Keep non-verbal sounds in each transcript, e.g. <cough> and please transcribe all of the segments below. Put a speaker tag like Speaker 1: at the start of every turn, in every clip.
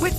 Speaker 1: With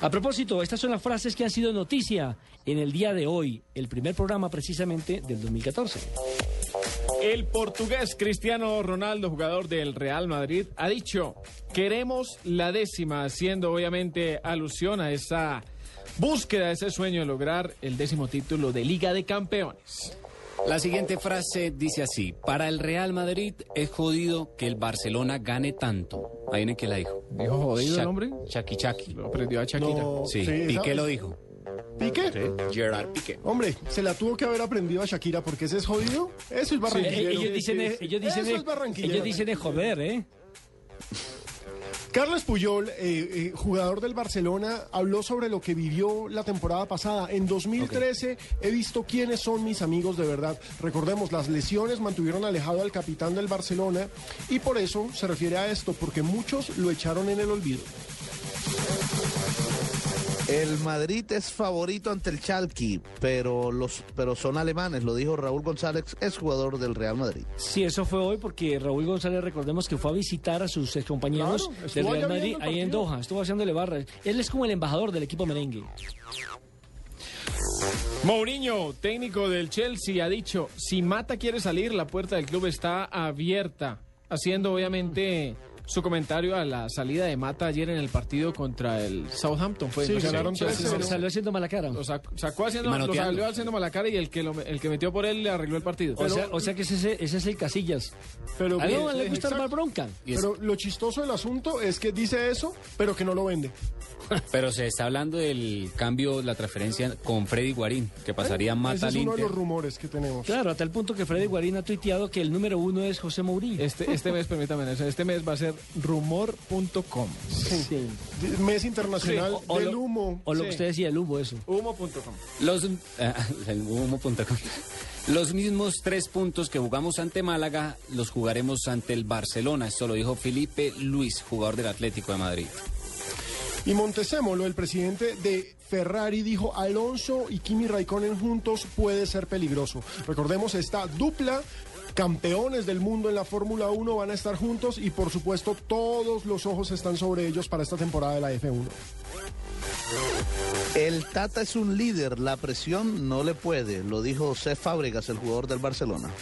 Speaker 2: A propósito, estas son las frases que han sido noticia en el día de hoy, el primer programa precisamente del 2014.
Speaker 3: El portugués Cristiano Ronaldo, jugador del Real Madrid, ha dicho, queremos la décima, haciendo obviamente alusión a esa búsqueda, a ese sueño de lograr el décimo título de Liga de Campeones.
Speaker 4: La siguiente frase dice así, para el Real Madrid es jodido que el Barcelona gane tanto. Ahí viene que la dijo.
Speaker 3: Dijo jodido el hombre.
Speaker 4: Chaki Chaki.
Speaker 3: Lo aprendió a Shakira.
Speaker 4: Sí,
Speaker 5: Sí,
Speaker 4: Piqué
Speaker 5: ¿sabes?
Speaker 4: lo dijo.
Speaker 5: ¿Piqué?
Speaker 4: Gerard Piqué.
Speaker 5: Hombre, se la tuvo que haber aprendido a Shakira porque ese es jodido. Eso es
Speaker 2: Eh,
Speaker 5: barranquillero.
Speaker 2: ellos dicen, eh, ellos dicen,
Speaker 5: Eso
Speaker 2: eh,
Speaker 5: es barranquillero.
Speaker 2: ellos dicen es joder, ¿eh?
Speaker 5: Carlos Puyol, eh, eh, jugador del Barcelona, habló sobre lo que vivió la temporada pasada. En 2013 he visto quiénes son mis amigos de verdad. Recordemos, las lesiones mantuvieron alejado al capitán del Barcelona y por eso se refiere a esto, porque muchos lo echaron en el olvido.
Speaker 6: El Madrid es favorito ante el Chalqui, pero los pero son alemanes, lo dijo Raúl González, exjugador del Real Madrid.
Speaker 2: Sí, eso fue hoy porque Raúl González, recordemos que fue a visitar a sus excompañeros
Speaker 5: Claro,
Speaker 2: del
Speaker 5: estuvo
Speaker 2: Real
Speaker 5: allá
Speaker 2: Madrid
Speaker 5: viendo el
Speaker 2: ahí en
Speaker 5: partido.
Speaker 2: Doha, estuvo haciéndole barras. Él es como el embajador del equipo merengue.
Speaker 3: Mourinho, técnico del Chelsea, ha dicho, si Mata quiere salir, la puerta del club está abierta, haciendo obviamente su comentario a la salida de Mata ayer en el partido contra el Southampton. Fue,
Speaker 5: Sí,
Speaker 3: ¿no?
Speaker 5: ganaron
Speaker 3: Sí,
Speaker 5: tres
Speaker 3: sí,
Speaker 5: a
Speaker 3: sí,
Speaker 2: Se
Speaker 5: Pero-
Speaker 2: salió haciendo mala cara.
Speaker 3: Lo sac- sacó haciendo,
Speaker 4: Y
Speaker 3: lo
Speaker 4: manoteando.
Speaker 3: salió haciendo mala cara y el que, lo- el que metió por él le arregló el partido.
Speaker 2: O sea, o sea que ese, ese- ese es el Casillas.
Speaker 5: Pero,
Speaker 2: A León le gusta
Speaker 5: Exacto.
Speaker 2: armar bronca.
Speaker 4: Y es-
Speaker 5: Pero lo chistoso del asunto es que dice eso, pero que no lo vende.
Speaker 4: Pero se está hablando del cambio, la transferencia con Freddy Guarín, que pasaría
Speaker 5: Ese
Speaker 4: Mata
Speaker 5: es
Speaker 4: al
Speaker 5: uno de
Speaker 4: Inter.
Speaker 5: los rumores que tenemos.
Speaker 2: Claro, hasta el punto que Freddy Guarín ha tuiteado que el número uno es José Mourinho.
Speaker 3: este, este mes, permítame, este mes va a ser rumor.com.
Speaker 2: Sí.
Speaker 5: D- Mes Internacional
Speaker 2: O- o
Speaker 5: del
Speaker 2: lo-
Speaker 5: Humo.
Speaker 2: O lo
Speaker 3: Sí.
Speaker 2: que usted decía, el humo, eso.
Speaker 3: Humo.com.
Speaker 4: Los, ah, <laughs> el humo.com. los mismos tres puntos que jugamos ante Málaga los jugaremos ante el Barcelona. Esto lo dijo Felipe Luis, jugador del Atlético de Madrid.
Speaker 5: Y Montecémolo, el presidente de Ferrari, dijo, Alonso y Kimi Raikkonen juntos puede ser peligroso. Recordemos esta dupla. Campeones del mundo en la Fórmula 1 van a estar juntos y por supuesto todos los ojos están sobre ellos para esta temporada de la F1.
Speaker 6: El Tata es un líder, la presión no le puede, lo dijo Cés Fábregas, el jugador del Barcelona.